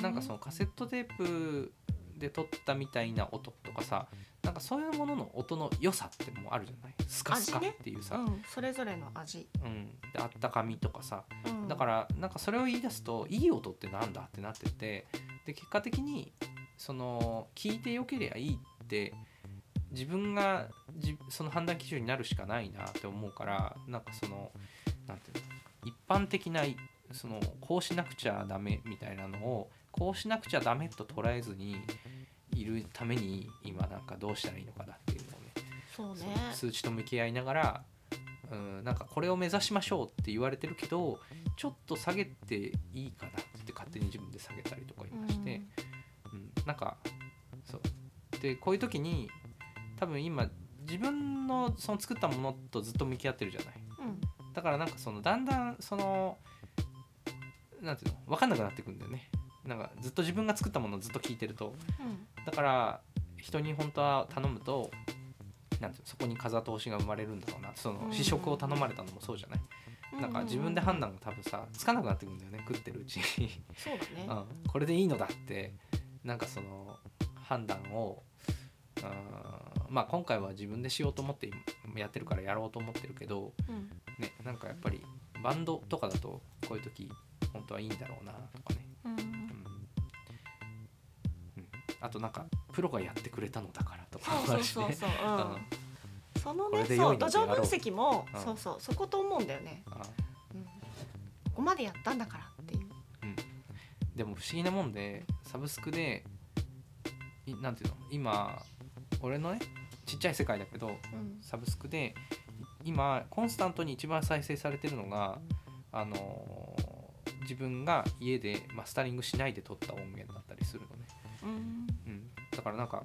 S2: なんかそのカセットテープで撮ったみたいな音とかさなんかそういうものの音の良さってもうあるじゃないスカスカっ
S3: 味ね
S2: ていうさ、
S3: うん、それぞれの味、
S2: うん、であったかみとかさ
S3: うん、
S2: だからなんかそれを言い出すといい音ってなんだってなっててで結果的にその聞いてよければいいって自分がじその判断基準になるしかないなって思うからなんかそのなんていうの一般的なそのこうしなくちゃダメみたいなのをこうしなくちゃダメと捉えずにいるために今なんかどうしたらいいのかなっていうのをね
S3: そうね
S2: 数値と向き合いながら、うん、なんかこれを目指しましょうって言われてるけどちょっと下げていいかなって言って勝手に自分で下げたりとか今して、うんなんかそうでこういう時に多分今自分のその作ったものとずっと向き合ってるじゃない
S3: うんうん
S2: だからなんかそのだんだんそのなんていうの分かんなくなってくんだよねなんかずっと自分が作ったものをずっと聞いてると
S3: うん
S2: だから人に本当は頼むとなんていうのそこに風通しが生まれるんだろうなその
S3: うん
S2: 試食を頼まれたのもそうじゃない、
S3: う
S2: なんか自分で判断が多分さつかなくなってくるんだよね食ってるうちに、
S3: そうだね、
S2: うん、これでいいのだってなんかその判断をうんまあ今回は自分でしようと思ってやってるからやろうと思ってるけど、
S3: うん
S2: ね、なんかやっぱりバンドとかだとこういう時本当はいいんだろうなとかね
S3: うん
S2: うんうんあとなんかプロがやってくれたのだからとかも
S3: そ
S2: あ
S3: う
S2: るし
S3: そうそう
S2: ね
S3: そう、うん、その
S2: これ
S3: ね
S2: で
S3: そ
S2: 良
S3: う
S2: い
S3: 土
S2: ので
S3: 壌
S2: やろう
S3: 分析も、
S2: うん
S3: そうそうそこと思うんだよね、
S2: あ
S3: うん、ここまでやったんだからっていう、
S2: でも不思議なもんでサブスクでいなんていうの今俺のねちっちゃい世界だけど
S3: うん、
S2: サブスクで今コンスタントに一番再生されてるのがあのー自分が家でマスタリングしないで撮った音源だったりするのね
S3: うん
S2: うん、だからなんか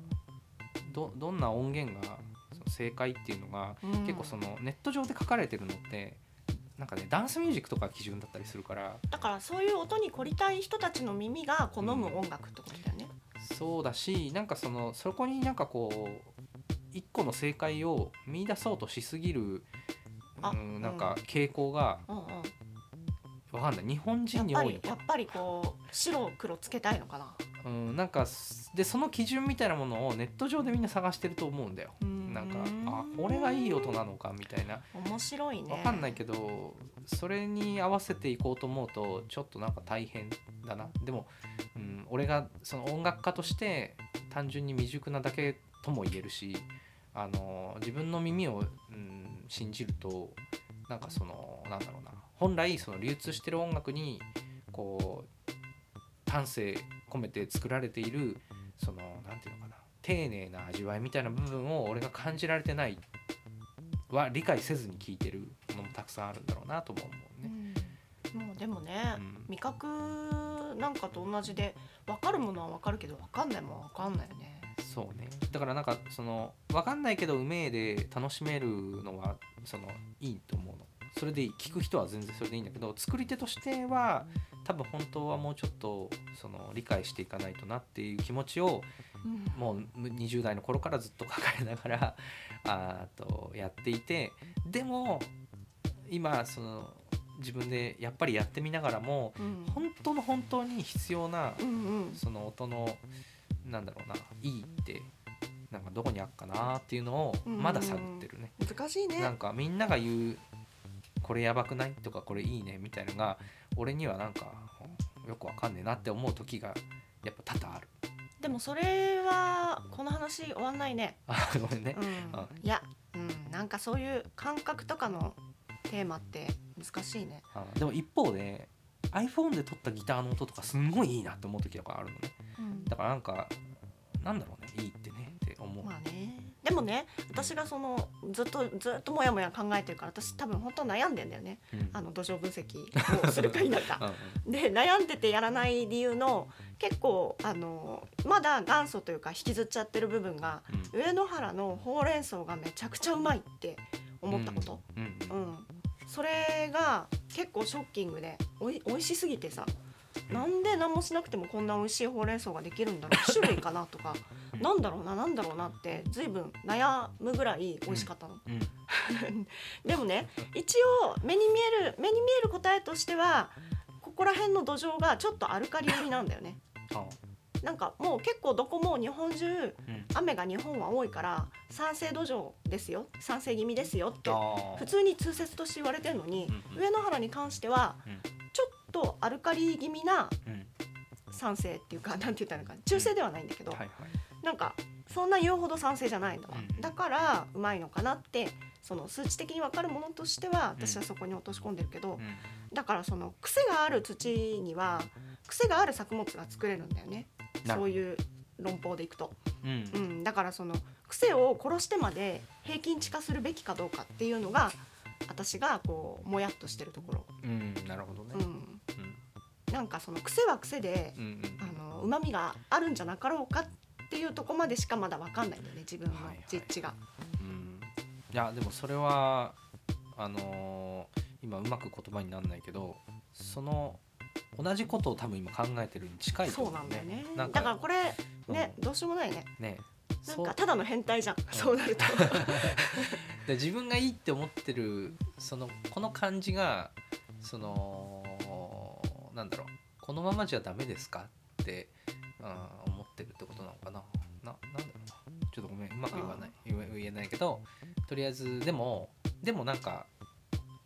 S2: どどんな音源がその正解っていうのが、
S3: うん
S2: 結構そのネット上で書かれてるのってなんかねダンスミュージックとか基準だったりするから
S3: だからそういう音に凝りたい人たちの耳が好む音楽ってことだよね。
S2: そうだしなんかそのそこになんかこう一個の正解を見出そうとしすぎる、
S3: あ
S2: うん、なんか傾向が
S3: うんうん、
S2: わかんない日本
S3: や
S2: 人
S3: っ
S2: に
S3: ぱ
S2: 多い
S3: り
S2: の
S3: やっ
S2: か、
S3: ぱりこう白黒つけたいのかな。
S2: うん、なんかすでその基準みたいなものをネット上でみんな探してると思うんだよ。なんかあこれがいい音なのかみたいな
S3: 面白いね。
S2: わかんないけどそれに合わせていこうと思うとちょっとなんか大変だなでも、うん、俺がその音楽家として単純に未熟なだけとも言えるしあの自分の耳を、うん、信じるとなんかそのなんだろうな本来その流通してる音楽にこう丹精込めて作られているそのなんていうのかな丁寧な味わいみたいな部分を俺が感じられてないは理解せずに聞いてるのもたくさんあるんだろうなとも思うね。
S3: うん。もうでもね、
S2: うん
S3: 味覚なんかと同じで分かるものは分かるけど分かんないもんは分かんないよね。
S2: そうねだからなんかその分かんないけどうめえで楽しめるのはそのいいと思うのそれでいい聞く人は全然それでいいんだけど作り手としては多分本当はもうちょっとその理解していかないとなっていう気持ちを
S3: うん
S2: もう20代の頃からずっと抱えながら あーとやっていてでも今その自分でやっぱりやってみながらも
S3: うん
S2: 本当の本当に必要な
S3: うんうん
S2: その音のなんだろうないいってなんかどこにあっかなっていうのをまだ探ってるね。
S3: 難しい
S2: なん
S3: ね。
S2: かみんなが言うこれやばくないとかこれいいねみたいのが俺にはなんかよくわかんねえなって思う時がやっぱ多々ある。
S3: でもそれはこの話終わんないね。
S2: あごめんね
S3: うん
S2: あ
S3: いや、うん、なんかそういう感覚とかのテーマって難しいね。
S2: あでも一方で iPhone で撮ったギターの音とかすんごいいいなって思う時とかあるのね
S3: うん
S2: だからなんかなんだろうねいいってねって思う、
S3: まあね、でもね私がそのずっとずっともやもや考えてるから私多分本当は悩んでんだよね
S2: うん
S3: あの土壌分析 をするか否
S2: う
S3: か。
S2: ん
S3: で悩んでてやらない理由の結構あのまだ元祖というか引きずっちゃってる部分が
S2: うん
S3: 上野原のほうれん草がめちゃくちゃうまいって思ったこと、
S2: うんう
S3: うんんそれが結構ショッキングでおい美味しすぎてさ
S2: うん
S3: なんで何もしなくてもこんな美味しいほうれん草ができるんだろ う種類かなとか
S2: うん
S3: なんだろうななんだろうなって随分悩むぐらい美味しかったの、
S2: うん
S3: でもね一応目に見える目に見える答えとしてはこら辺の土壌がちょっとアルカリ寄りなんだよね
S2: あ
S3: なんかもう結構どこも日本中
S2: うん
S3: 雨が日本は多いから酸性土壌ですよ酸性気味ですよって
S2: あ
S3: 普通に通説として言われてるのに、
S2: うんうん
S3: 上野原に関しては、
S2: うん
S3: ちょっとアルカリ気味な
S2: うん
S3: 酸性っていうかなんて言ったらいいのかな中性ではないんだけど、
S2: はいはい
S3: なんかそんな言うほど酸性じゃないんだわ、
S2: うん
S3: だからうまいのかなってその数値的に分かるものとしては私はそこに落とし込んでるけど、
S2: うん
S3: だからその癖がある土には癖がある作物が作れるんだよね
S2: なる
S3: そ
S2: ほど
S3: ういう論法でいくと、
S2: うん
S3: うん、だからその癖を殺してまで平均値化するべきかどうかっていうのが私がこうもやっとしてるところ、
S2: うんなるほどね
S3: うん、
S2: うん
S3: なんかその癖は癖で
S2: うんうん
S3: あの旨味があるんじゃなかろうかっていうとこまでしかまだわかんないんだよね自分の
S2: はいはい
S3: 実地が。
S2: うんいやでもそれはあのー今うまく言葉にならないけどその同じことを多分今考えてるに近いと
S3: そう
S2: 思
S3: なんだよね
S2: なん
S3: だからこれ
S2: うん
S3: ね、どうしようもないね
S2: ね
S3: な
S2: そ
S3: ん
S2: う
S3: かただの変態じゃんそうなる と
S2: で自分がいいって思ってるそのこの感じがそのなんだろうこのままじゃダメですかって、うん、思ってるってことなのかなななんだろうなちょっとごめんうまく言わない言え言えないけどとりあえずでもでもなんか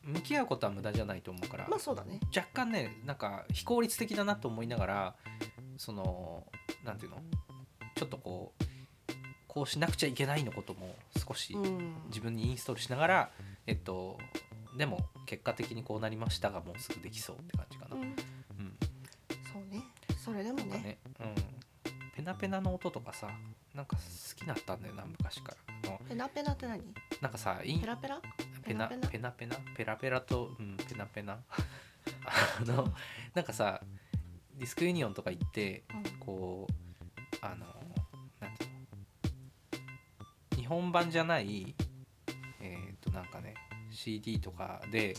S2: 向き合うことは無駄じゃないと思うから、
S3: まあそうだね
S2: 若干ねなんか非効率的だなと思いながらそのなんていうのちょっとこうこうしなくちゃいけないのことも少し
S3: うん
S2: 自分にインストールしながらえっとでも結果的にこうなりましたがもうすぐできそうって感じかな。
S3: う
S2: うん
S3: んそうねそれでも
S2: なん
S3: ね
S2: かねうん、ペナペナの音とかさなんか好きだったんだよな昔から。もう
S3: ペナペナって何
S2: なんかさイン
S3: ペラペラ
S2: ペナ
S3: ペナ
S2: ペナペナペラペラと、うん、ペナペナ あのなんかさディスクユニオンとか行って
S3: うん
S2: こうあのなんていうの日本版じゃないえっ、となんかね CD とかで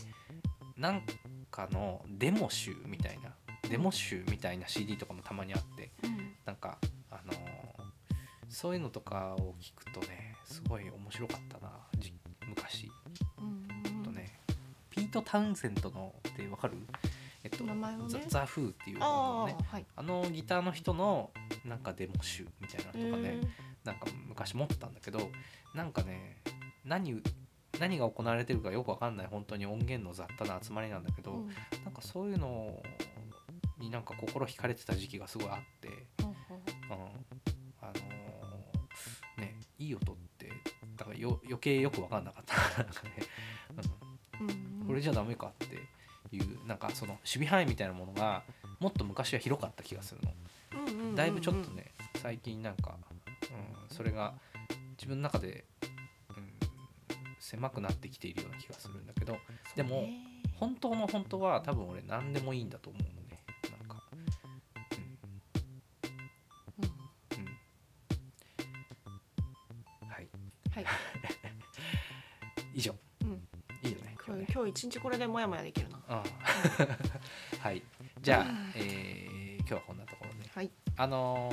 S2: なんかのデモ集みたいなデモ集みたいな CD とかもたまにあって
S3: うん
S2: なんかあのーそういうのとかを聞くとねすごい面白かったなじ昔
S3: うん
S2: えっとねピート・タウンセントのってわかるえっと
S3: 名前をね
S2: ザ・ザ・フーっていうの
S3: あ
S2: ね
S3: あはい
S2: あのギターの人のなんかデモ集みたいなのとかね
S3: うん
S2: なんか昔持ってたんだけどなんかね何何が行われてるかよくわかんない本当に音源の雑多な集まりなんだけど、
S3: うん
S2: なんかそういうのになんか心惹かれてた時期がすごいあって、うん、あのーねいい音ってだからよ余計よくわかんなかった なんかね、う
S3: う
S2: ん
S3: んうん
S2: これじゃダメかっていうなんかその守備範囲みたいなものがもっと昔は広かった気がする
S3: うんうんうんうん
S2: のだいぶちょっとね最近なんか、うん、それが自分の中で、うん、狭くなってきているような気がするんだけどでも
S3: そうね
S2: 本当の本当は多分俺何でもいいんだと思うのねなんか、
S3: うん
S2: うんうん、はい
S3: はい
S2: 以上
S3: うん
S2: いいよね
S3: こ
S2: 今日
S3: れ
S2: ね
S3: 今日一日これでモヤモヤできるな
S2: うんはいじゃあ、 えー今日はこんなところで
S3: はい
S2: あの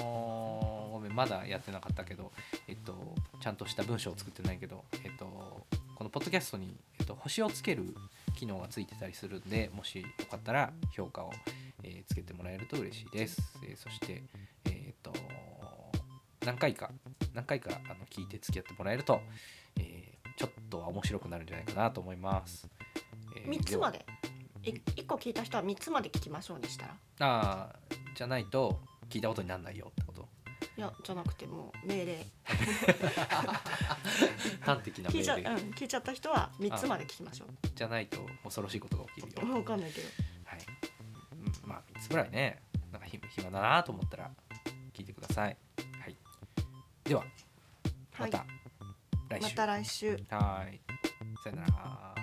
S2: ーごめんまだやってなかったけど、えっと、ちゃんとした文章を作ってないけど、えっと、このポッドキャストに、えっと、星をつける機能がついてたりするんでもしよかったら評価を、えーつけてもらえると嬉しいです、えーそして、えーっと何回か何回かあの聞いて付き合ってもらえると、えーちょっとは面白くなるんじゃないかなと思います、えー
S3: 三つま
S2: で
S3: でい一個聞いた人は三つまで聞きましょうにしたら
S2: はあーじゃないと聞いたことにならないよってこと
S3: いやじゃなくてもう命令
S2: 端的な
S3: 聞
S2: 命
S3: いちゃ,、うん
S2: 令、
S3: 聞いちゃった人は三つまで聞きましょ
S2: じゃないと恐ろしいことが起きる
S3: うもう
S2: よ。
S3: わかんないけど
S2: はい。うんまあ3つぐらいね。なんかひ暇だなと思ったら聞いてください。はい。ではま
S3: はい
S2: た来
S3: ま
S2: 週。
S3: た来週
S2: はーい。さよなら。